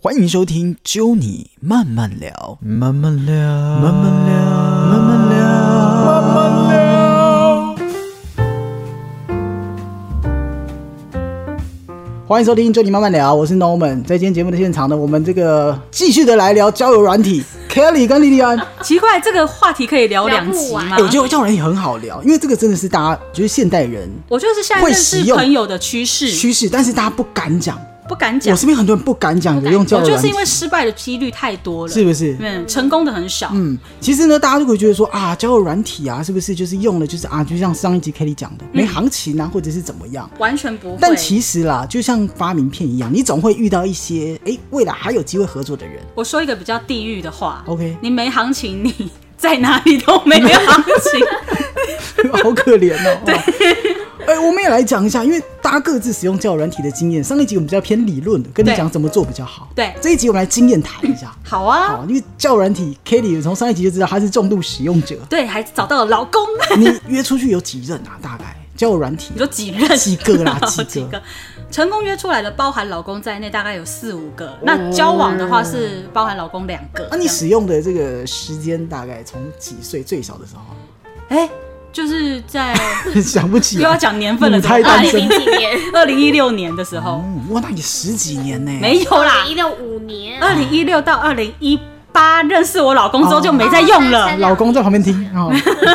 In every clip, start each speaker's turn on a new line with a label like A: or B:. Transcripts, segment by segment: A: 欢迎收听《揪你慢慢聊》，
B: 慢慢聊，
A: 慢慢聊，
B: 慢慢聊，
A: 慢慢聊。欢迎收听《揪你慢慢聊》，我是 Norman。在今天节目的现场呢，我们这个继续的来聊交友软 体，Kelly 跟莉莉安。
C: 奇怪，这个话题可以聊两集吗
A: 哎？我觉得交友软体很好聊，因为这个真的是大家就是现代人
C: 我觉得是现在
A: 会
C: 认
A: 使
C: 识
A: 用
C: 朋友的趋势，
A: 趋势，但是大家不敢讲。
C: 不敢
A: 我
C: 嗯讲。
A: 身边很多人不敢讲有用交
C: 我
A: 友
C: 就
A: 软
C: 是
A: 体
C: 因，为失败的几率太多了，
A: 是不是？
C: 嗯，成功的很少。
A: 嗯，其实呢，大家就会觉得说啊，交友软体啊，是不是就是用了就是啊，就像上一集 Kelly 讲的，没行情啊，或者是怎么样？
C: 完全不会。
A: 但其实啦，就像发名片一样，你总会遇到一些哎、诶未来还有机会合作的人。
C: 我说一个比较地狱的话
A: OK
C: 你没行情，你在哪里都没有行 情。
A: 好可怜哦。对。哎、我们也来讲一下，因为大家各自使用交友软体的经验。上一集我们比较偏理论的，跟你
C: 对
A: 讲怎么做比较好。
C: 对
A: 这一集我们来经验谈一下。
C: 好啊，
A: 好，因为交友软体 Kelly 从上一集就知道他是重度使用者。
C: 对，还找到了 老公。
A: 你约出去有几任啊？大概交友软体
C: 你说几任？
A: 几个 啦几个
C: 几个。成功约出来的，包含老公在内，大概有四五个。那交往的话是包含老公两个。
A: 哦啊那、你
C: 这样
A: 使用的这个时间大概从几岁最少的时候 啊？
C: 哎，就是在
A: 想不起
C: 又
A: 来，
C: 要讲年份了，
A: 母 胎
D: 二
A: 单
D: 零
A: 身
D: 零。几 年，
C: 二零一六年的时候，
A: 嗯哇，那也十几年呢、
C: 没有
D: 二
C: 啦
D: 零，一六五年，
C: 二零一六到二零一八认识我老公之后就没再用了。
D: 哦
A: 老公在旁边听哦，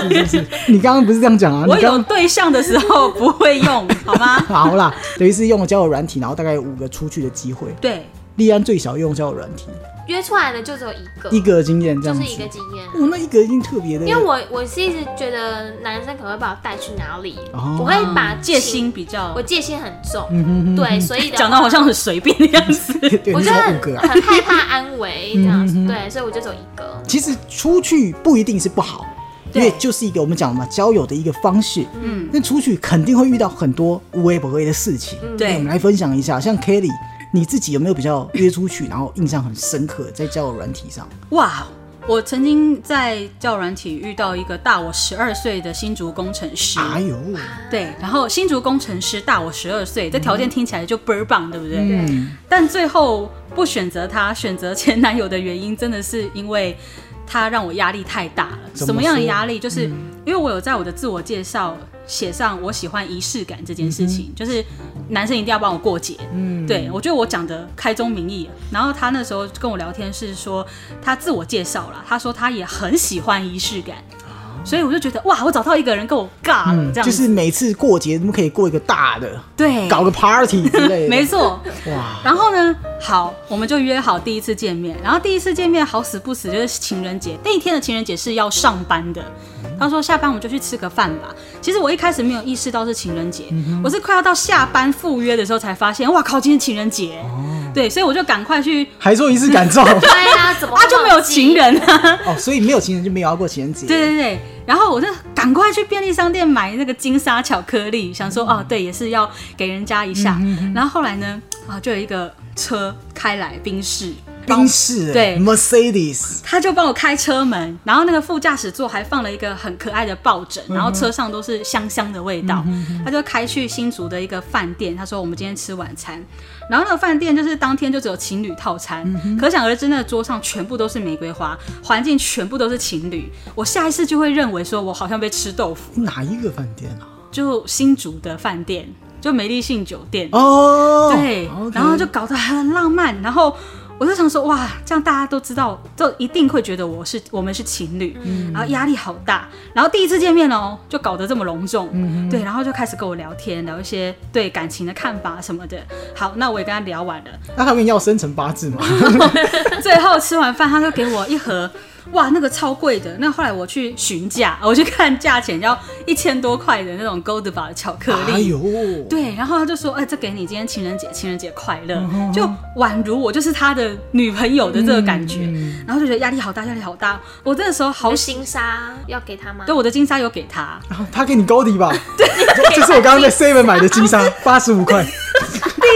A: 是是是，你刚刚不是这样讲啊？
C: 我
A: 你
C: 有
A: 刚
C: 对象的时候不会 用，好吗？
A: 好啦，等于是用了交友软体，然后大概有五个出去的机会。
C: 对，
A: 立安最少用交友软体，
D: 约出来的就只有一个，
A: 一个经验这
D: 呃就
A: 样子。
D: 是一个经验。
A: 哦，那一个一定特别的，
D: 因为我我是一直觉得男生可能会把我带去哪里，
A: 哦
D: 我会把
C: 戒
D: 情，
C: 心比较
D: 我，戒心很重，
A: 嗯哼哼
D: 对，所以的
C: 讲的好像很随便的样子。
A: 对，
D: 我
A: 你
D: 就
A: 说
D: 很
A: 五个啊。
D: 很害怕安危这样子
A: 嗯嗯嗯，
D: 对，所以我就走一个，
A: 其实出去不一定是不好，因
C: 对
A: 为就是一个我们讲嘛交友的一个方式。
C: 嗯，
A: 那出去肯定会遇到很多无微不微的事情。我
C: 嗯对
A: 们，来分享一下，像 Kelly，你自己有没有比较约出去，然后印象很深刻在交友软体上？
C: 哇。我曾经在教软体遇到一个大我十二岁的新竹工程师，
A: 哎呦，
C: 对，然后新竹工程师大我十二岁，这条件听起来就倍儿棒，对不对？
A: 嗯，
C: 但最后不选择他，选择前男友的原因，真的是因为他让我压力太大了。
A: 怎么嗯
C: 什么样的压力？就是因为我有在我的自我介绍写上我喜欢仪式感这件事
A: 嗯
C: 情，就是男生一定要帮我过节。嗯，对我觉得我讲的开宗明义。然后他那时候跟我聊天是说，他自我介绍了，他说他也很喜欢仪式感。所以我就觉得哇，我找到一个人跟我尬了，这样子、
A: 哦嗯就是每次过节，我们可以过一个大的，
C: 对，
A: 搞个 party 之类的。
C: 没错，
A: 哇，
C: 然后呢，好，我们就约好第一次见面。然后第一次见面好死不死就是情人节，那一天的情人节是要上班的。他说下班我们就去吃个饭吧。其实我一开始没有意识到是情人节，我是快要到下班赴约的时候才发现，哇靠，今天情人节。对，所以我就赶快去，
A: 还做仪式感 照
D: 对啊，怎么
C: 啊就没有情
D: 人？
C: 人啊。
A: 哦，所以没有情人就没有要过情人节。
C: 对对对，然后我就赶快去便利商店买那个金沙巧克力，想
A: 嗯
C: 说哦，对，也是要给人家一下。然后后来呢，啊，就有一个车开来，宾士，
A: 宾士
C: 对
A: Mercedes，
C: 他就帮我开车门，然后那个副驾驶座还放了一个很可爱的抱枕，然后车上都是香香的味道。他就开去新竹的一个饭店，他说我们今天吃晚餐，然后那个饭店就是当天就只有情侣套餐，可想而知那个桌上全部都是玫瑰花，环境全部都是情侣。我下一次就会认为说我好像被吃豆腐，
A: 哪一个饭店啊？
C: 就新竹的饭店，就美丽信酒店。
A: 哦，
C: 对
A: OK
C: 然后就搞得很浪漫，然后我就想说，哇，这样大家都知道，就一定会觉得我是我们是情侣，
A: 嗯
C: 然后压力好大，然后第一次见面哦，就搞得这么隆重，
A: 嗯
C: 对，然后就开始跟我聊天，聊一些对感情的看法什么的。好，那我也跟他聊完了，
A: 那他跟你要生辰八字吗？
C: 最后吃完饭，他就给我一盒。哇，那个超贵的。那后来我去询价，我去看价钱，要一千多块的那种 Gold Bar 的巧克力。
A: 哎呦，
C: 对，然后他就说：“哎、这给你，今天情人节，情人节快乐。
A: 嗯
C: 就宛如我就是他的女朋友的这个感
A: 嗯
C: 觉，然后就觉得压力好大，压力好大。我那时候好
D: 好
C: 喜，
D: 心沙要给他吗？
C: 对，我的金沙有给他，
A: 啊他给你高迪吧？对，这是我刚刚在 Seven 买的金沙，八十五块。
C: 第一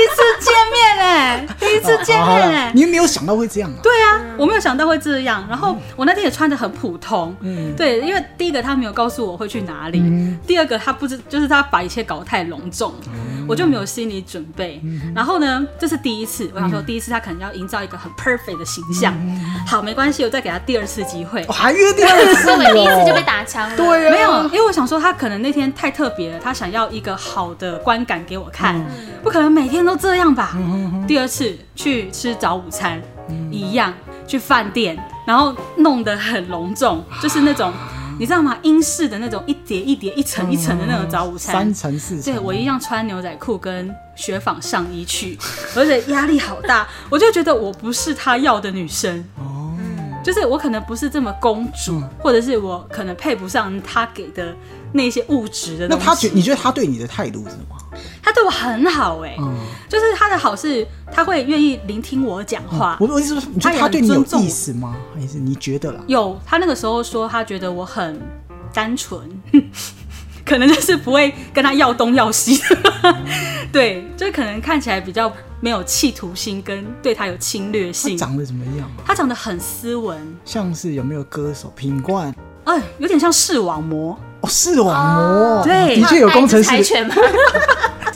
C: 次见面哎、第一次见
A: 哦好
C: 面哎、
A: 了，你没有想到会这样啊？
C: 对啊，我没有想到会这样。然后我那天也穿的很普通，对，因为第一个他没有告诉我会去哪里，第二个他不知就是他把一切搞得太隆重，我就没有心理准备。然后呢，这是第一次，我想说第一次他可能要营造一个很 perfect 的形象。好，没关系，我再给他第二次机会
A: 我。哦还约第二次
D: 说
A: 哦，
D: 不定第一次就被打枪了。
A: 对啊，
C: 没有，因为我想说他可能那天太特别了，他想要一个好的观感给我看，
A: 嗯
C: 不可能每天都这样吧。第二次去吃早午餐，
A: 嗯
C: 一样去饭店，然后弄得很隆重，
A: 啊
C: 就是那种你知道吗？英式的那种一叠一叠、一层一层的那种早午餐
A: 三。层四层，
C: 对我一样穿牛仔裤跟雪纺上衣去，而且压力好大，我就觉得我不是他要的女生。
A: 哦，
C: 就是我可能不是这么公主，
A: 嗯
C: 或者是我可能配不上他给的那些物质的
A: 那
C: 东西。
A: 他觉你觉得他对你的态度是什么？
C: 他对我很好哎、
A: 嗯，
C: 就是他的好是他会愿意聆听我讲话。
A: 嗯我我意思是说，你觉
C: 他
A: 得
C: 也
A: 他
C: 很
A: 对你有
C: 尊重
A: 意思吗？还是你觉得啦？
C: 有他那个时候说他觉得我很单纯， 可能就是不会跟他要东要西， 对，就是可能看起来比较没有企图心跟对他有侵略
A: 他
C: 性。
A: 长得怎么样啊？
C: 他长得很斯文，
A: 像是有没有歌手品冠？
C: 哎、有点像视网膜。
A: 哦，视网膜，
C: 对
A: 的确有工程
D: 他哦有带一
A: 师。
D: 只柴犬吗？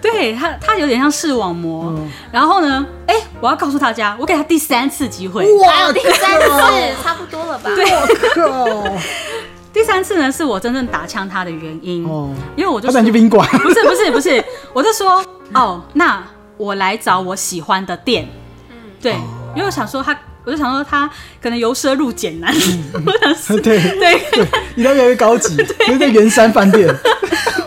C: 对他，他有点像视网膜。
A: 嗯
C: 然后呢，哎、我要告诉大家，我给他第三次机会。
D: 还有第三次，差不多了吧？对，
A: 靠！
C: 第三次呢，是我真正打枪他的原因，
A: 哦，
C: 因为我就
A: 要不然去
C: 说
A: 宾馆。
C: 不是不是不是，我就说哦，那我来找我喜欢的店。对，
A: 哦
C: 因为我想说他，我就想说他可能由奢入俭难，
A: 嗯
C: 我 想说
A: 对，
C: 对，
A: 一定要越来越高 级，就是在圆山饭店。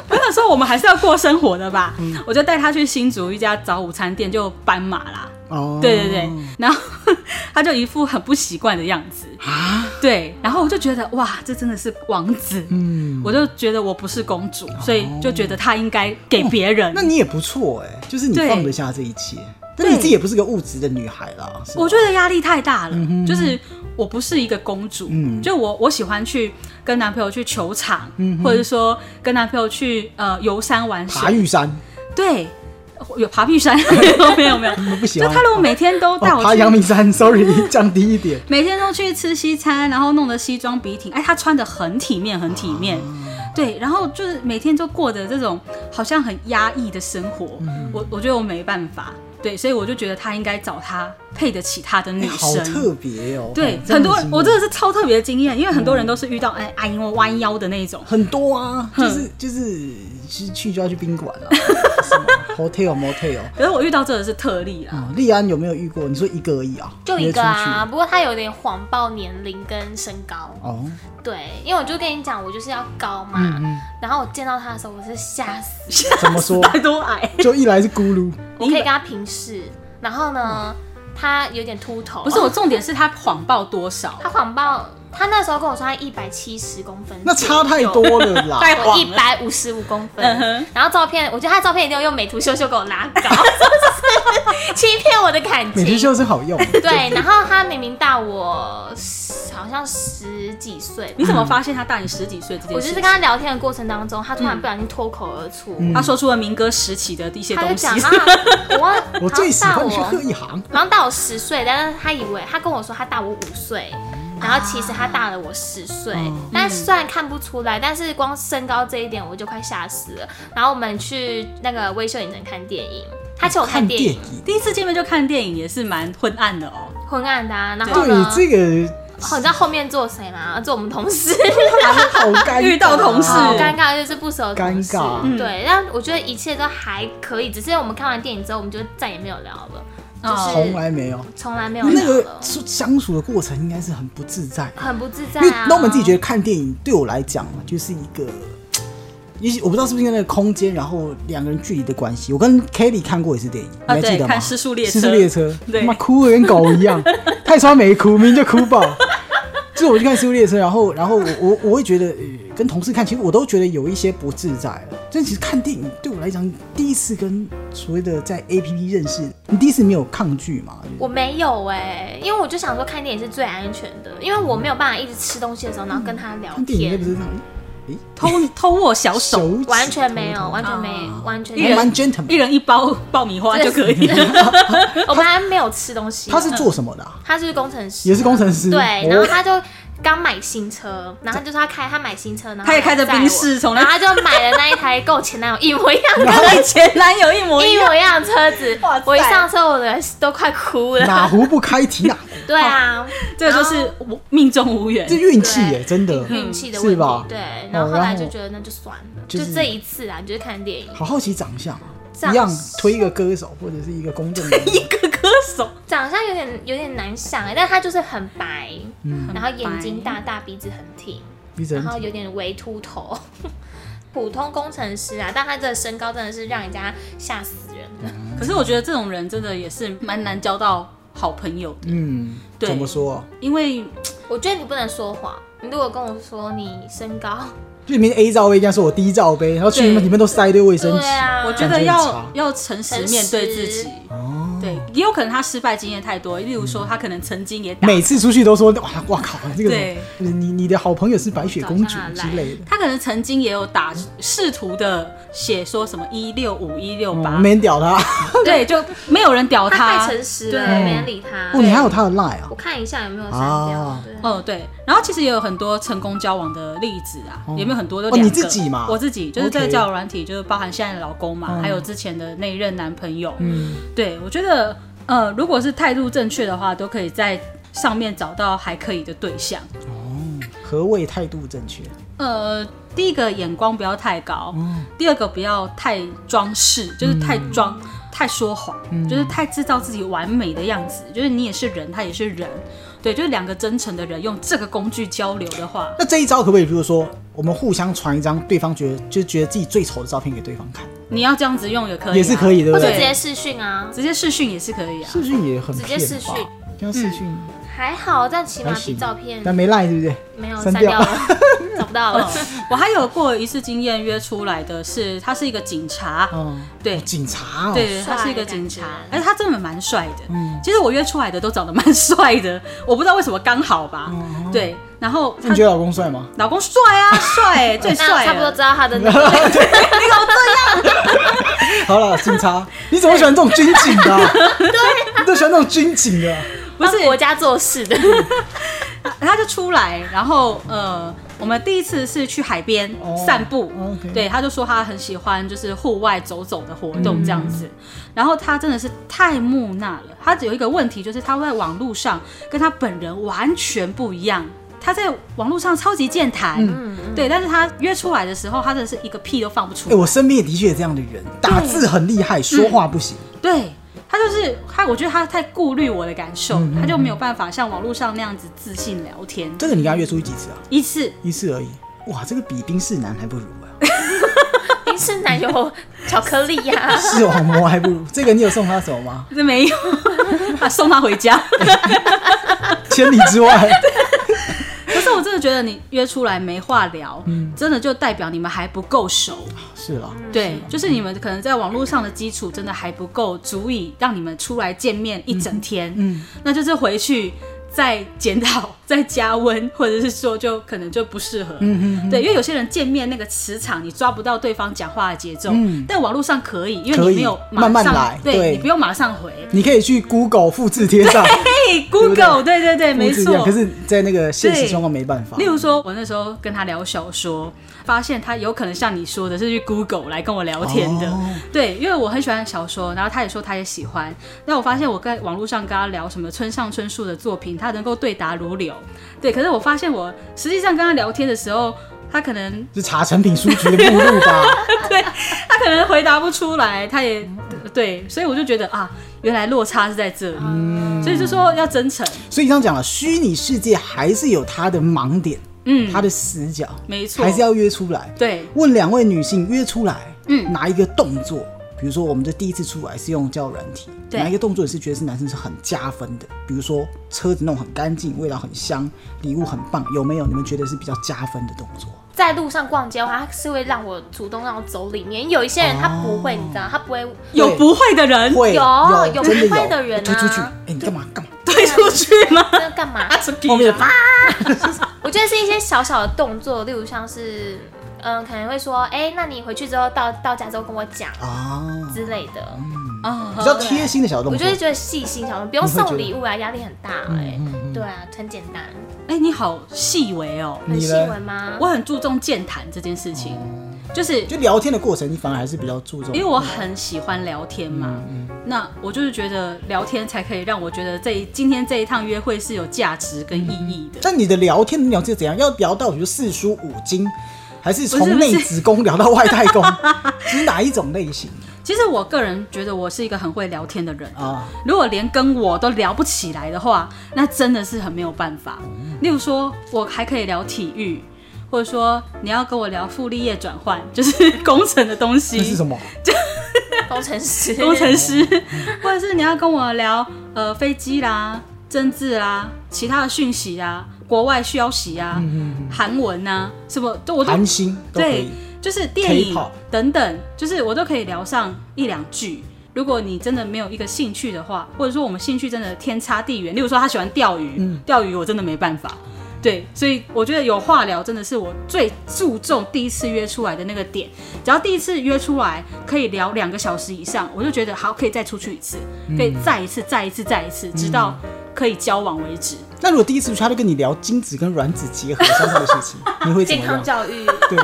C: 我想说我们还是要过生活的吧，
A: 嗯
C: 我就带他去新竹一家早午餐店就斑马啦。
A: 哦，
C: 对对对，然后 他就一副很不习惯的样子
A: 啊，
C: 对，然后我就觉得哇，这真的是王子，
A: 嗯，哦
C: 我就觉得我不是公主，所以就觉得他应该给别人。
A: 那你也不错哎，就是你
C: 对
A: 放得下这一切，但你自己也不是个物质的女孩啦。是吧
C: 我觉得压力太大了，就是我不是一个公主，
A: 嗯
C: 就我我喜欢去跟男朋友去球场，或者说跟男朋友去呃游山玩
A: 爬
C: 水，
A: 玉山，
C: 对，有爬 玉山 没有没有，
A: 我不喜
C: 就
A: 欢。
C: 他如果每天都带
A: 哦
C: 我
A: 爬
C: 去
A: 阳明山，sorry，降 低一点。
C: 每天都去吃西餐，然后弄得西装笔挺，哎，他穿的很体面，很体面。
A: 啊
C: 对，然后就是每天都过着这种好像很压抑的生活，
A: 嗯
C: 我我觉得我没办法，对，所以我就觉得他应该找他配得起他的女
A: 哎好
C: 生。
A: 特别哦。
C: 对
A: 哦，这样
C: 很多
A: 的经
C: 人
A: 历
C: 我真的是超特别的经验，因为很多
A: 嗯
C: 人都是遇到哎阿姨我弯腰的那一种，
A: 很多啊，
C: 哼
A: 就是就是其实去就要去宾馆啊了 什么，hotel motel。
C: 可是我遇到这个是特例啦。
A: 啊，丽安有没有遇过？你说一个而已啊，
D: 就一个
A: 你会
D: 啊。不过他有点谎报年龄跟身高，
A: 出去。哦，
D: 对，因为我就跟你讲，我就是要高嘛。
A: 嗯
D: 然后我见到他的时候，我是吓死，
A: 怎么 说？
C: 太多矮，
A: 就一来是咕噜，
D: 我可以跟他平视。然后呢，他有点秃头，
C: 不是我，重点是他谎报多少，
D: 他谎报，他那时候跟我说他一百七十公分，
A: 那差太多了啦。
C: 太
D: 我一
C: 了。
D: 百五十五公
C: 嗯
D: 分
C: 哼，
D: 然后照片，我觉得他的照片一定要用美图秀秀给我拉 高，就是欺骗我的感
A: 美图
D: 情。
A: 秀是好用，
D: 对，然后他明明大我十好像十几岁吧，
C: 你怎么发现他大你十几岁这件事情？
D: 我就是跟他聊天的过程当中，他突然不小心脱口而出，
A: 嗯
C: 他说出了民歌时期的一些
D: 他就
C: 东西
D: 讲，啊，我忘
A: 我最喜欢你去
D: 好像
A: 贺
D: 大我
A: 一航。
D: 好像大我十岁，但是他以为他跟我说他大我五岁。然后其实他大了我十岁，但虽然看不出来，但是光身高这一点我就快吓死了。然后我们去那个微秀影城看电影，他请我看电
A: 电
D: 影，
A: 影，
C: 第一次见面就看电影也是蛮昏暗的哦。
D: 昏暗的、啊。然后
A: 对
D: 呢，
A: 这个
D: 哦，你知道后面坐谁吗？坐我们同事，
A: 好 尴尬，啊
C: 遇到同事
D: 好尴尬，就是不熟的
A: 尴
D: 同事。
A: 尬
D: 对，但我觉得一切都还可以，只是我们看完电影之后，我们就再也没有聊了，
C: 哦
A: 从来没有。
D: 从来没有
A: 那
D: 聊
A: 个
D: 了，
A: 相处的过程应该是很不自在，
D: 很不自在
A: 因为
D: 啊。
A: 那我们自己觉得看电影对我来讲啊就是一个，也许我不知道是不是因为那个空间，然后两个人距离的关系。我跟 Kelly 看过一次电影，
C: 啊
A: 你还记
C: 对
A: 得吗？
C: 看失速列车
A: 失速列车，
C: 对
A: 妈哭的跟狗一 样，太川没哭，明明就哭爆。就是我去看《失速列车》，然后，然后我我我会觉得、呃跟同事看，其实我都觉得有一些不自在了。但其实看电影对我来讲，第一次跟所谓的在 A P P 认识，你第一次没有抗拒嘛？就是
D: 我没有哎、因为我就想说看电影是最安全的，因为我没有办法一直吃东西的时候，然后跟他聊
A: 看电影那
D: 天
A: 不，是那种
C: 偷偷握小手，
A: 手指
D: 完全没有，完全
C: 啊
D: 没，完全
C: 一
D: 没
A: 还
D: 有。
A: 哦蛮 gentleman
C: 一人一包爆米花就可以
D: 啊
C: 了。
D: 我们还没有吃东西。
A: 他是做什么的、啊？
D: 他是工程师，
A: 也是工程师，
D: 对，然后
A: 哦
D: 他就刚买新车，然后他就说他开他买新车，然后
C: 他也开着
D: 来载
C: 宾
D: 我
C: 士从那
D: 然后他就买了那一台跟我前男友一模一样的
C: 跟你前男友一模一
D: 一
C: 样。
D: 模一样的车子
C: 哇塞，
D: 我一上车我的都快哭了。
A: 哪壶不开提哪壶，
D: 对啊，
C: 这就是无命中无缘
A: 这。运气耶，真的。
D: 运气的
A: 嗯是
D: 问
A: 吧
D: 题，对。
A: 哦
D: 然后后来
A: 然后
D: 就觉得那就算了，
A: 就
D: 就是这一次啊，你就是看电影。
A: 好好奇长相啊，
D: 长
A: 一样推一个歌手或者是一个公众人
C: 一
A: 物，
C: 个歌手，
D: 长相有点有点难想哎，但他就是很白，
A: 嗯，
D: 然后眼睛大大，鼻子很挺，
A: 你只
D: 然后
A: 能
D: 有点微秃头， 普通工程师啊。但他的身高真的是让人家吓死人
A: 嗯
D: 的。
C: 可是我觉得这种人真的也是蛮难交到好朋友的，
A: 嗯，
C: 对
A: 怎么说？
C: 因为
D: 我觉得你不能说谎，你如果跟我说你身高，
A: 就明明 A 罩杯，人家说我 D 罩杯，然后去
C: 对
A: 你们里面都塞一堆卫生
D: 对
A: 纸，
D: 啊，
C: 我觉
A: 感
C: 得
A: 觉很
C: 要
A: 差
C: 要诚实面对自己
D: 诚。
A: 哦，
C: 对，也有可能他失败经验太多，例如说他可能曾经也打，
A: 每次出去都说哇，哇靠，这个
C: 对
A: 你你的好朋友是白雪公主之类的，
C: 他可能曾经也有打，试图的写说什么一六五一六八
A: 嗯，没人屌他。
C: 对，就没有人屌
D: 他
C: 哦他。
D: 太诚实
C: 对
D: 了，没人理他。
A: 哦，你还有他的 line 啊
D: 我？看一下有没有删
A: 啊
D: 掉。对，
C: 哦，对，然后其实也有很多成功交往的例子啊，也没有很多，就
A: 哦
C: 两个。
A: 你自己嘛
C: 我自己就是在
A: OK
C: 交友软体，就是包含现在的老公嘛，
A: 嗯
C: 还有之前的那一任男朋友。
A: 嗯，
C: 对，我觉得呃，如果是态度正确的话，都可以在上面找到还可以的对象。
A: 嗯何谓态度正确？
C: 呃，第一个眼光不要太高，
A: 嗯
C: 第二个不要太装饰，就是太装、太说谎，
A: 嗯
C: 就是太制造自己完美的样子。就是你也是人，他也是人，对，就是两个真诚的人用这个工具交流的话，
A: 那这一招可不可以，比如说我们互相传一张对方觉得就觉得自己最丑的照片给对方看，
C: 你要这样子用也可以啊、
A: 也是可以的，对
D: 或
A: 不
D: 者直
A: 对？
D: 接视讯啊，
C: 直接视讯也是可以啊。
A: 视讯也很
D: 直接
A: 骗
D: 视
A: 吧
D: 讯，
A: 像视讯，啊
D: 还好，但起码
A: 还行
D: 比照片
A: 但没 line 对不对？
D: 没有
A: 删
D: 删
A: 掉
D: 掉了，找不到了。
C: 我还有过一次经验，约出来的是他是一个警察，
A: 嗯，
C: 对
A: 哦警察哦，
C: 对，他
D: 帅
C: 是一个
D: 的感
C: 警
D: 觉
C: 察，而且他真的蛮帅的。
A: 嗯
C: 其实我约出来的都长得蛮帅的，我不知道为什么刚好吧。
A: 哦
C: 对，然后
A: 那你
C: 他
A: 觉得老公帅吗？
C: 老公帅 啊，帅，最
D: 那
C: 帅
D: 我
C: 了，
D: 差不多知道他的那个
A: 好了，警察，你怎么喜欢这种军警的啊？ 对，你都喜欢那种军警的啊。
C: 不是
D: 帮国家做事的，
C: 他就出来，然后呃，我们第一次是去海边
A: 哦
C: 散步，
A: OK
C: 对，他就说他很喜欢就是户外走走的活动这样子，
D: 嗯
C: 然后他真的是太木讷了，他有一个问题就是他在网络上跟他本人完全不一样。他在网络上超级健谈，
D: 嗯
C: 对，但是他约出来的时候，他真的是一个屁都放不出
A: 哎、
C: 来。
A: 我身边也的确有这样的人，打字很厉害，说话不行。
C: 对他就是他，我觉得他太顾虑我的感受，他就没有办法像网络上那样子自信聊天。
A: 这个你跟他约出去几次啊？
C: 一次
A: 一次而已。哇，这个比冰室男还不如啊，
D: 冰室奶油巧克力啊呀、
A: 视网膜哦还不如。这个你有送他什么吗？
C: 这没有，啊，送他回家。
A: 千里之外，
C: 可是我真的觉得你约出来没话聊，真的就代表你们还不够熟。
A: 是啊啦，
C: 对，就是你们可能在网络上的基础真的还不够，足以让你们出来见面一整天。嗯，那就是回去。再检讨， 再加温，或者是说，就可能就不适合。嗯嗯。对，因为有些人见面那个磁场，你抓不到对方讲话的节奏。
A: 嗯
C: 但网络上可以，因为
A: 可
C: 你
A: 以
C: 没有马上
A: 慢慢来对
C: 对你不用马上回。
A: 你可以去 Google 复制贴上，
C: 嘿，Google，对对对，没
A: 复制
C: 错
A: 贴。可是，在那个现实状况没办法
C: 例。如说，我那时候跟他聊小说，发现他有可能像你说的，是去 Google 来跟我聊天的。
A: 哦
C: 对，因为我很喜欢小说，然后他也说他也喜欢。那我发现我在网络上跟他聊什么村上春树的作品，他能够对答如流。对，可是我发现我实际上跟他聊天的时候，他可能
A: 是查成品书局的目录 吧？
C: 他可能回答不出来，他也对，所以我就觉得啊，原来落差是在这里。
A: 嗯
C: 所以就说要真诚，
A: 所以这样讲了，虚拟世界还是有它的盲点，
C: 嗯，
A: 它的死角，
C: 没错，
A: 还是要约出来。
C: 对，
A: 问两位女性约出来，
C: 嗯
A: 哪一个动作？比如说，我们的第一次出来是用交友软体，
C: 对
A: 哪一个动作你是觉得是男生是很加分的？比如说车子弄很干净，味道很香，礼物很棒，有没有？你们觉得是比较加分的动作？
D: 在路上逛街的话，他是会让我主动让我走里面。有一些人他不会，你知道，他不会
C: 有不会的人
A: 会
D: 有
A: 有
D: 有
A: 真的
D: 不会
A: 有
D: 的人啊
A: 推出去，哎、你干嘛干嘛？
C: 推出去 吗？啊
D: 那干 嘛。
A: 后面的啪，
D: 我觉得是一些小小的动作，例如像是，嗯，可能会说，哎、那你回去之后到到家之后跟我讲
A: 啊，
D: 之类的。
C: 啊，
A: 比较贴心的小动
D: 我
A: 作
D: 就。是觉得细心小动，不用
A: 你会觉
D: 送
A: 得嗯
D: 礼物啊，压力很大哎、对啊，很简单，
C: 哎、你好细微哦，
D: 很
A: 你
D: 细
A: 呢
D: 微吗
C: 我？很注重健谈这件事情，
A: 哦
C: 就是
A: 就聊天的过程，你反而还是比较注重。嗯
C: 因为我很喜欢聊天嘛，那我就是觉得聊天才可以让我觉得这一今天这一趟约会是有价值跟意义的。
A: 但你的聊天能聊是怎样？要聊到比如四书五经，还是
C: 不是
A: 从
C: 不是
A: 内子宫聊到外太 空？是哪一种类型
C: 其实我个人觉得我是一个很会聊天的人，
A: 啊？
C: 如果连跟我都聊不起来的话，那真的是很没有办法。
A: 嗯
C: 例如说，我还可以聊体育，或者说你要跟我聊复利业转换，就是 工程的东
A: 这是
C: 西，
A: 什么？
D: 工程师，
C: 工程师， 或者是你要跟我聊呃飞机啦、政治啦、其他的讯息啊、国外消息啊、韩、文啊，什么都我都
A: 韩星都可以
C: 对。就是电影
A: K-pop
C: 等等，就是我都可以聊上一两句。如果你真的没有一个兴趣的话，或者说我们兴趣真的天差地远，例如说他喜欢钓鱼，
A: 嗯
C: 钓鱼我真的没办法。对，所以我觉得有话聊真的是我最注重第一次约出来的那个点。只要第一次约出来可以聊两个小时以上，我就觉得好，可以再出去一次，
A: 嗯
C: 可以再一次、再一次、再一次，直到可以交往为止。
A: 那如果第一次他就跟你聊精子跟卵子结合相关的事 情，你会怎
D: 健
A: 么
D: 康
A: 样？
D: 教育，
A: 对，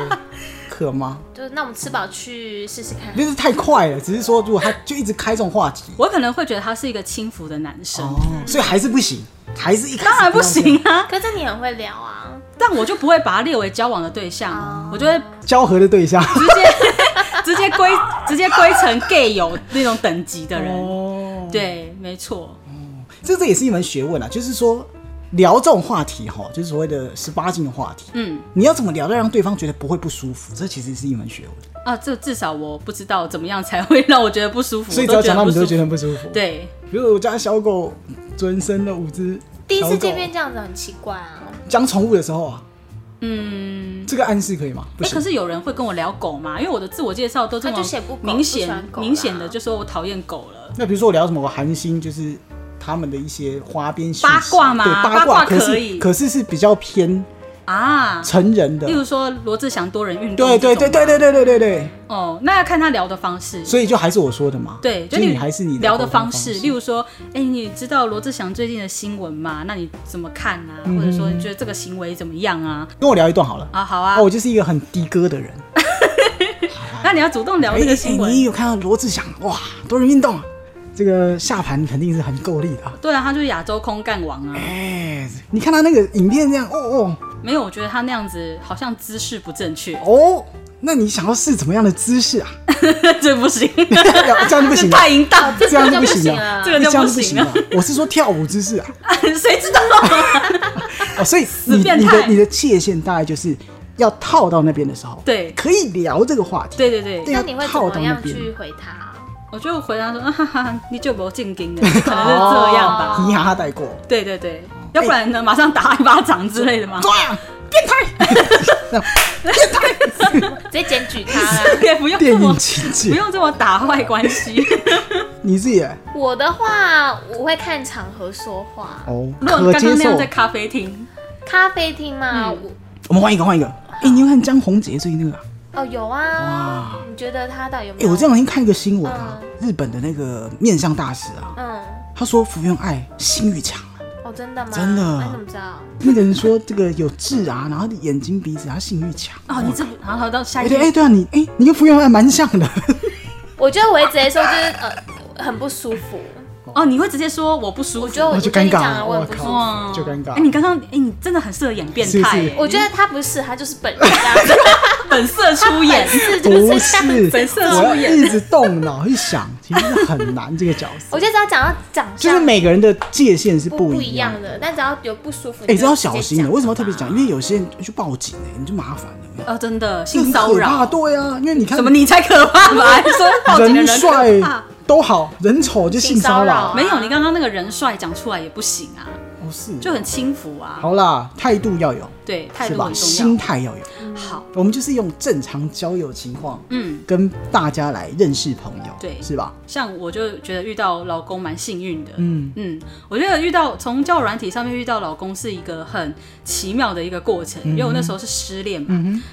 A: 渴吗？
D: 就是那我们吃饱去试试看。
A: 那是太快了，只是说如果他就一直开这种话题，
C: 我可能会觉得他是一个轻浮的男生，
A: 哦，所以还是不行，还是一开始
C: 当然不行啊。
D: 可是你很会聊啊，
C: 但我就不会把他列为交往的对象，
A: 哦
C: 我就会
A: 交合的对象。
C: 直接直接归 直接归成 gay 友那种等级的人。
A: 哦，
C: 对，没错，
A: 这这也是一门学问啊，就是说聊这种话题哈，就是所谓的十八禁的话题，
C: 嗯
A: 你要怎么聊，让对方觉得不会不舒服，这其实是一门学问。
C: 啊，这至少我不知道怎么样才会让我觉得不舒服，
A: 所以
C: 我
A: 只
C: 都
A: 要
C: 觉
A: 讲
C: 得
A: 到
C: 不
A: 你都会
C: 舒
A: 觉
C: 服。
A: 得很不舒服。，
C: 对，
A: 比如我家小狗尊生了五只，
D: 第一
A: 小
D: 次
A: 狗
D: 见面这样子很奇怪啊。
A: 讲宠物的时候啊，
C: 嗯。
A: 这个暗示可以吗？不
C: 哎、
A: 行
C: 可，是有人会跟我聊狗吗？因为我的自我介绍都这
D: 他
C: 么
D: 就写不狗
C: 明
D: 不喜
C: 显
D: 欢狗啦
C: 明显的就说我讨厌狗了，
A: 那比如说我聊什么韩星，就是他们的一些花边讯息
C: 八卦嘛
A: 对
C: 八
A: 八
C: 卦
A: 卦
C: 可
A: 是
C: 以
A: 可是是比较偏
C: 啊。
A: 成人的
C: 例。如说罗志祥多人运动，
A: 对对对对。对对对对对，
C: 哦，那要看他聊的方式。
A: 所以就还是我说的嘛。
C: 对，
A: 就
C: 例如
A: 你还是你
C: 聊
A: 的
C: 的
A: 沟通
C: 方式，例如说，哎、你知道罗志祥最近的新闻吗？那你怎么看啊？
A: 嗯
C: 或者说你觉得这个行为怎么样啊？
A: 跟我聊一段好了。
C: 啊，好
A: 啊，
C: 啊，
A: 我就是一个很的哥的人。
C: 哦那你要主动聊
A: 哎
C: 这个
A: 哎
C: 新闻。
A: 你有看到罗志祥哇，多人运动，啊这个下盘肯定是很够力的啊。
C: 对啊，他就是亚洲空干王啊。
A: 哎，你看他那个影片这样，哦
C: 没有，我觉得他那样子好像姿势不正确
A: 哦，哦，那你想要试怎么样的姿势啊？
C: 这不行，
A: 这样就不行啊
C: 这
A: 了，
C: 太淫荡，
A: 这样就不行
D: 这个就不行啊
A: 了
D: 了，
C: 这个就
A: 这样
C: 不
A: 就不
C: 行
A: 行
C: 了
A: 了。。我是说跳舞姿势啊，
C: 谁知道？
A: 哦，所以你
C: 死变
A: 你
C: 态
A: 的你的界限大概就是要套到那边的时候，
C: 对
A: 可以聊这个话题，
C: 对对对，
A: 对
D: 那
A: 啊，
D: 你会怎
A: 套
D: 么
A: 到那
D: 样
A: 边。
D: 去回他？
C: 我就回答说，啊哈哈，你就没进京的，可能是这样吧。
A: 哦嘻哈哈带过，
C: 对对对，
A: 哦
C: 要不
A: 哎
C: 然呢，马上打一巴掌之类的嘛，
A: 抓呀，
D: 直接检举 他啦。
C: 也不用
A: 电
C: 这么
A: 影情
C: 不
A: 节，
C: 用这么打坏关系。
A: 你自己也
D: 我的话，我会看场合说话。
A: 哦，
C: 如果
A: 可
C: 刚
A: 接
C: 刚那
A: 受
C: 样在。咖啡厅，
D: 咖啡厅嘛，
C: 嗯
D: 我
A: 我们换一个，换一个。哎、你有看江宏杰最近那个、啊？
D: 哦有啊。你觉得他到底有
A: 哎、
D: 没有？
A: 我这两天看一个新闻啊，日本的那个面相大师啊，
D: 嗯，
A: 他说福原爱性欲强啊，
D: 哦真的吗？
A: 真的
D: 那你怎么知道？
A: 那个人说这个有痣啊，然后眼睛鼻子，他性欲强。
C: 哦，你这，然后到下
A: 哎、
C: 一
A: 对，哎、
C: 句，
A: 对啊，你哎、你跟福原爱蛮像的。
D: 我觉得我会直接说，就是呃很不舒服。
C: 哦，你会直接说我不舒
D: 我
C: 服
D: 觉，得我
A: 那就
D: 跟你
A: 尴尬
D: 讲了，
A: 了
D: 我很
A: 我
D: 不舒
A: 靠
D: 服。
C: 哇
A: 就尴尬
C: 哎，你刚刚，哎，你真的很适合演变
A: 是不
C: 态
A: 是
C: 哎，
D: 我觉得他不是，他就是本人这样，
C: 本色出演，
D: 是 就
A: 不
D: 这样
A: 是，
C: 本色
A: 我要
C: 出演
A: 一直动脑去想，其实是很难这个角色，
D: 我觉得只要讲到长
A: 就是
D: 相
A: 每个人的界限是
D: 不
A: 不
D: 不
A: 一
D: 一
A: 样
D: 样。的，啊但只要有不舒服，
A: 哎、
D: 你
A: 这
D: 就
A: 要
D: 直
A: 小
D: 接
A: 心的。
D: 讲
A: 为什么要特别讲？
D: 嘛
A: 因为有些人去报警哎、你就麻烦了。
C: 哦，真的
A: 这
C: 性
A: 很
C: 骚
A: 可怕，
C: 扰，
A: 对啊，因为你看
C: 什么你才可怕吧？ 还说报警的
A: 人
C: 人
A: 帅
C: 可怕？
A: 都好，人丑就性骚
D: 性骚扰
A: 扰。哦
C: 没有，你刚刚那个人帅讲出来也不行啊，
A: 不是，
C: 就很轻浮啊。
A: 好啦，态度要有，
C: 对，态
A: 是
C: 度
A: 吧？
C: 很重
A: 心
C: 要。嗯
A: 态要有。
C: 好，
A: 我们就是用正常交友情况
C: 嗯，
A: 跟大家来认识朋友，
C: 对
A: 是吧？
C: 像我就觉得遇到老公蛮幸运的。
A: 嗯，
C: 嗯，我觉得遇到从交友软体上面遇到老公是一个很奇妙的一个过程，因为我那时候是失恋嘛，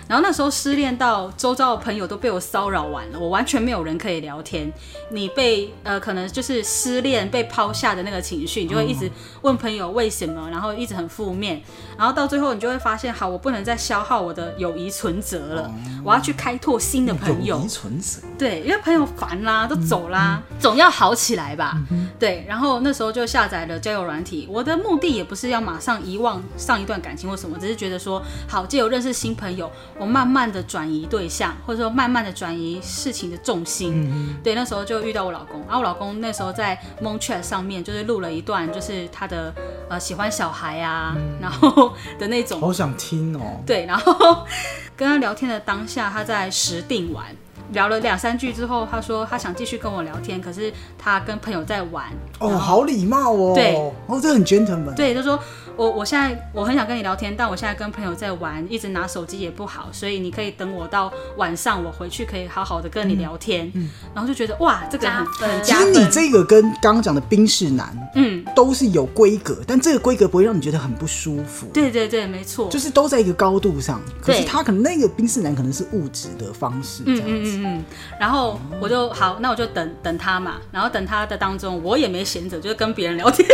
C: 然后那时候失恋到周遭的朋友都被我骚扰完了，我完全没有人可以聊天。你被呃可能就是失恋被抛下的那个情绪，你就会一直问朋友为什么，然后一直很负面，然后到最后你就会发现，好，我不能再消耗我的友谊存折了，我要去开拓新的朋友
A: 友谊。存折，
C: 对，因为朋友烦啦，都走啦，总要好起来吧。对，然后那时候就下载了交友软体，我的目的也不是要马上遗忘上一段感情或什么，只是觉得说，好借由认识新朋友，我慢慢的转移对象，或者说慢慢的转移事情的重心。对，那时候就遇到我老公，然、后我老公那时候在 m o n t r a 上面就是录了一段，就是他的呃喜欢小孩啊，然后的那种
A: 好想听哦。
C: 对，然后跟他聊天的当下，他在石定玩，聊了两三句之后，他说他想继续跟我聊天，可是他跟朋友在玩，
A: 哦，好礼貌哦。
C: 对
A: 哦，这很 gentleman。
C: 对，就说我我现在我很想跟你聊天，但我现在跟朋友在玩，一直拿手机也不好，所以你可以等我到晚上，我回去可以好好的跟你聊天，然后就觉得哇，这个很
D: 加分
C: 很
A: 其
C: 加
A: 实你
C: 分，
A: 这个跟刚刚讲的冰室男
C: 嗯，
A: 都是有规格，但这个规格不会让你觉得很不舒服。
C: 对对对，没错，
A: 就是都在一个高度上，可是
C: 对
A: 他可能那个冰室男可能是物质的方式这
C: 嗯
A: 样
C: 嗯
A: 子，
C: 嗯嗯，然后我就好，那我就等等他嘛，然后等他的当中，我也没闲着，就是跟别人聊天，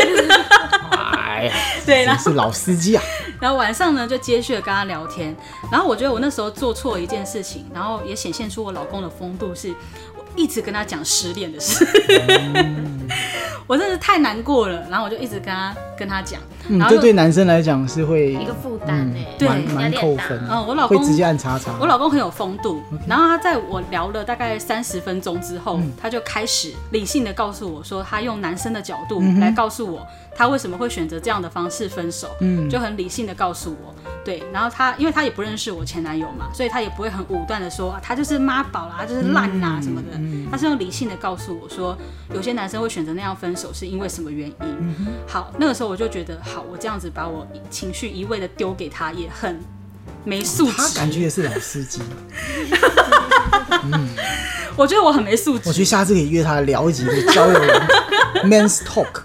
A: 哎呀，
C: 对，然
A: 真
C: 后
A: 是老司 机啊，
C: 然后晚上呢就接续的跟他聊天，然后我觉得我那时候做错了一件事情，然后也显现出我老公的风度是，我一直跟他讲失恋的事，
A: 嗯
C: 我真的是太难过了，然后我就一直跟他跟他讲，
A: 嗯，
C: 然后
A: 这
C: 又
A: 对男生来讲是会嗯
D: 一个负担哎，
C: 对
A: 蛮
D: 压
A: 蛮
D: 力很
A: 扣
D: 大
A: 分，
C: 哦我老
A: 会
C: 公
A: 直接按叉叉，
C: 我老公很有风度，然后他在我聊了大概三十分钟之后，
A: 嗯
C: 他就开始理性的告诉我说，他用男生的角度
A: 嗯
C: 来告诉我他为什么会选择这样的方式分手，
A: 嗯
C: 就很理性的告诉我。对，然后他因为他也不认识我前男友嘛，所以他也不会很武断的说、啊、他就是妈宝啦，他就是烂
A: 嗯
C: 啦、什么的，他是用理性的告诉我说，有些男生会选择那样分手是因为什么原因。
A: 嗯
C: 好，那个时候我就觉得，好，我这样子把我情绪一味的丢给他，也很没素质。
A: 哦他感觉也是老司 机，
C: 我觉得我很没素
A: 我觉得
C: 质。
A: 下次可以约他聊一集的交 友软体，Man's Talk，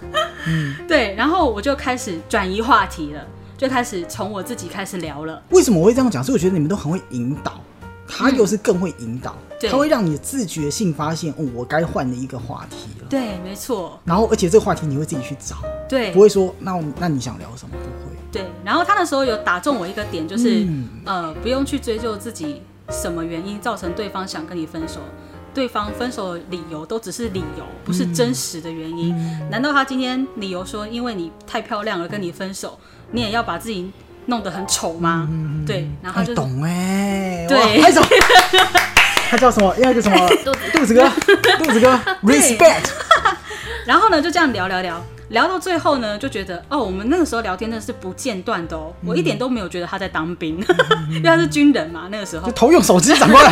C: 对，然后我就开始转移话题了，就开始从我自己开始聊了。
A: 为什么我会这样讲？是我觉得你们都很会引导，他又是更会引导，
C: 对
A: 他会让你自觉性发现，哦，我该换的一个话题了，
C: 对，没错，
A: 然后而且这个话题你会自己去找，
C: 对
A: 不，会说那我那你想聊什么？不会。
C: 对。然后他那时候有打中我一个点，就是、
A: 嗯
C: 呃，不用去追究自己什么原因造成对方想跟你分手。对方分手的理由都只是理由，不是真实的原因。
A: 嗯
C: 难道他今天理由说因为你太漂亮了跟你分手，你也要把自己弄得很丑吗？对，然后
A: 哎
C: 他就
A: 懂哎、
C: 对
A: 哇拍手。他叫什么？要叫什么？
D: 肚子
A: 肚 子哥，肚子哥，respect。
C: 然后呢，就这样聊聊聊，聊到最后呢，就觉得哦，我们那个时候聊天真的是不间断的
A: 嗯
C: 哦，我一点都没有觉得他在 当兵，因为他是军人嘛，那个时候
A: 就，头用手机转过 来。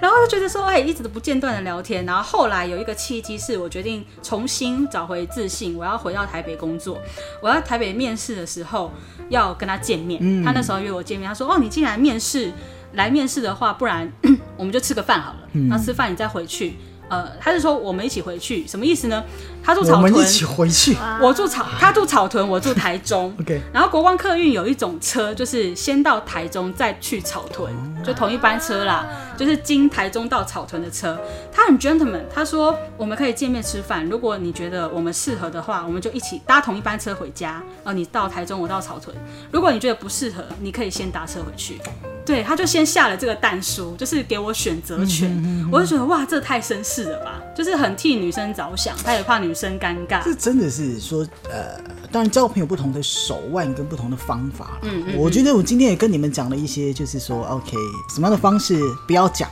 C: 然后就觉得说，哎，一直都不间断的聊天，然后后来有一个契机是我决定重新找回自信，我要回到台北工作，我要台北面试的时候要跟他见面，
A: 嗯
C: 他那时候约我见面，他说哦，你既然面试来面试的话，不然 我们就吃个饭好了，
A: 嗯
C: 那吃饭你再回去。呃，他是说我们一起回去，什么意思呢？他住
A: 我
C: 草
A: 们
C: 屯，
A: 一起回去。。
C: 我住草，他住草屯，我住台中
A: OK，
C: 然后国光客运有一种车，就是先到台中再去草屯，就同一班车啦，就是经台中到草屯的车。他很 gentleman，他说我们可以见面吃饭，如果你觉得我们适合的话，我们就一起搭同一班车回家。呃，你到台中，我到草屯。如果你觉得不适合，你可以先搭车回去。对，他就先下了这个蛋书，就是给我选择权。我就觉得哇，这太绅士了吧，就是很替女生着想，他也怕女生尴尬。
A: 这真的是说，呃，当然交朋友不同的手腕跟不同的方法啦。
C: 嗯嗯
A: 我觉得我今天也跟你们讲了一些，就是说，OK，什么样的方式不要讲。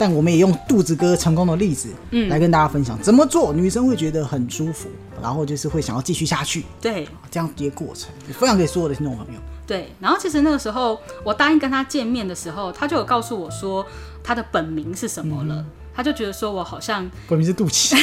A: 但我们也用肚子哥成功的例子，嗯，来跟大家分享怎么做，女生会觉得很舒服，然后就是会想要继续下去，
C: 对，
A: 这样的一个过程，也分享给所有的听众朋友。
C: 对，然后其实那个时候我答应跟他见面的时候，他就有告诉我说他的本名是什么了，他就觉得说我好像
A: 本名是肚脐，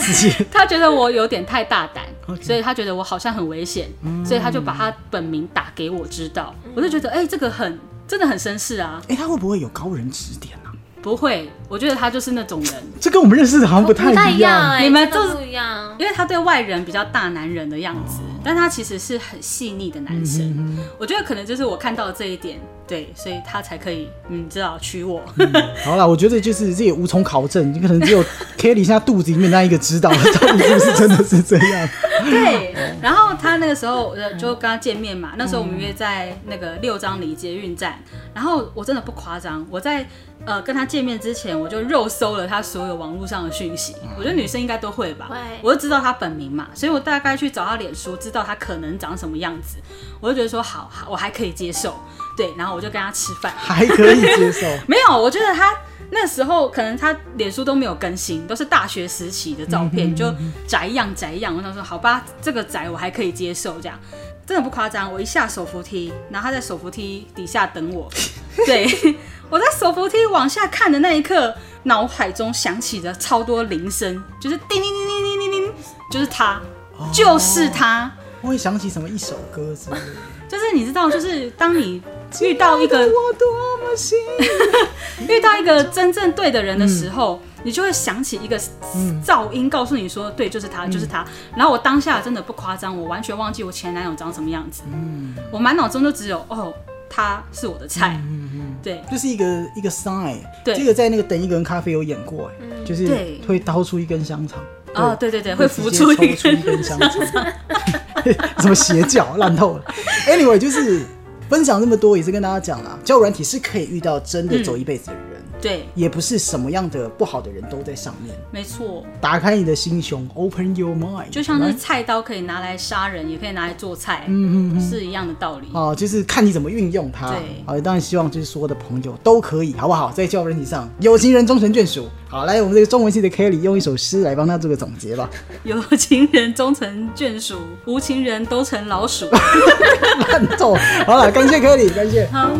A: 直接
C: 他觉得我有点太大胆，所以他觉得我好像很危险，所以他就把他本名打给我知道。我就觉得，哎、这个很真的很绅士啊，
A: 哎，他会不会有高人指点啊？
C: 不会，我觉得他就是那种人，
A: 这跟我们认识的好像不太
D: 太
A: 一样。
D: 哎，
C: 你们
D: 真的
C: 就是
D: 不一样。
C: 因为他对外人比较大男人的样子，但他其实是很细腻的男生。我觉得可能就是我看到的这一点，对，所以他才可以，嗯，知道娶我。
A: 好啦，我觉得就是这也无从考证，你可能只 有 Kelly 现在肚子里面那一个知道，到底是不是真的是这样。
C: 对，然后他那个时候呃就跟他见面嘛，那时候我们约在那个六张里捷运站，然后我真的不夸张，我在呃跟他见面之前，我就肉搜了他所有网络上的讯息，我觉得女生应该都会吧
D: 会，
C: 我就知道他本名嘛，所以我大概去找他脸书，知道他可能长什么样子，我就觉得说好，好我还可以接受，对，然后我就跟他吃饭，
A: 还可以接受。
C: 没有，我觉得他那时候可能他脸书都没有更新，都是大学时期的照片，就宅样宅样。我想说，好吧，这个宅我还可以接受，这样真的不夸张。我一下手扶梯，然后他在手扶梯底下等我。 对，我在手扶梯往下看的那一刻，脑海中响起了超多铃声，就是叮叮叮叮叮叮叮，就是他，就是他。
A: 我会想起什么一首歌之类的。
C: 就是你知道，就是当你遇到一个
A: 我多么幸运。
C: 遇到一个真正对的人的时候，你就会想起一个噪音告诉你说，对，就是他，就是他。然后我当下真的不夸张，我完全忘记我前男友长什么样子，我满脑中就只有哦，他是我的菜，对。
A: 就是一个一个 sign，
C: 对
A: 这个在那个等一个人咖啡有演过，哎、就是
C: 对
A: 会掏出一根香肠，
C: 哦，对对对，会浮
A: 直接
C: 出
A: 抽
C: 一
A: 出
C: 个
A: 一根香肠， 什么邪教烂透了。Anyway，就是分享这么多，也是跟大家讲啦，交友软体是可以遇到真的走一辈子的人，
C: 对，
A: 也不是什么样的不好的人都在上面。
C: 没错，
A: 打开你的心胸，Open your mind，
C: 就像是
A: right？
C: 菜刀可以拿来杀人，也可以拿来做菜，嗯嗯，是一样的道理。
A: 哦，就是看你怎么运用它。
C: 对
A: 好，当然希望就是所有的朋友都可以，好不好？在交友软体上，有情人终成眷属。好，来我们这个中文系的 Kelly 用一首诗来帮他做个总结吧。
C: 有情人终成眷属，无情人都成老鼠。
A: 烂透。好了，感谢 Kelly，感谢。
C: 好，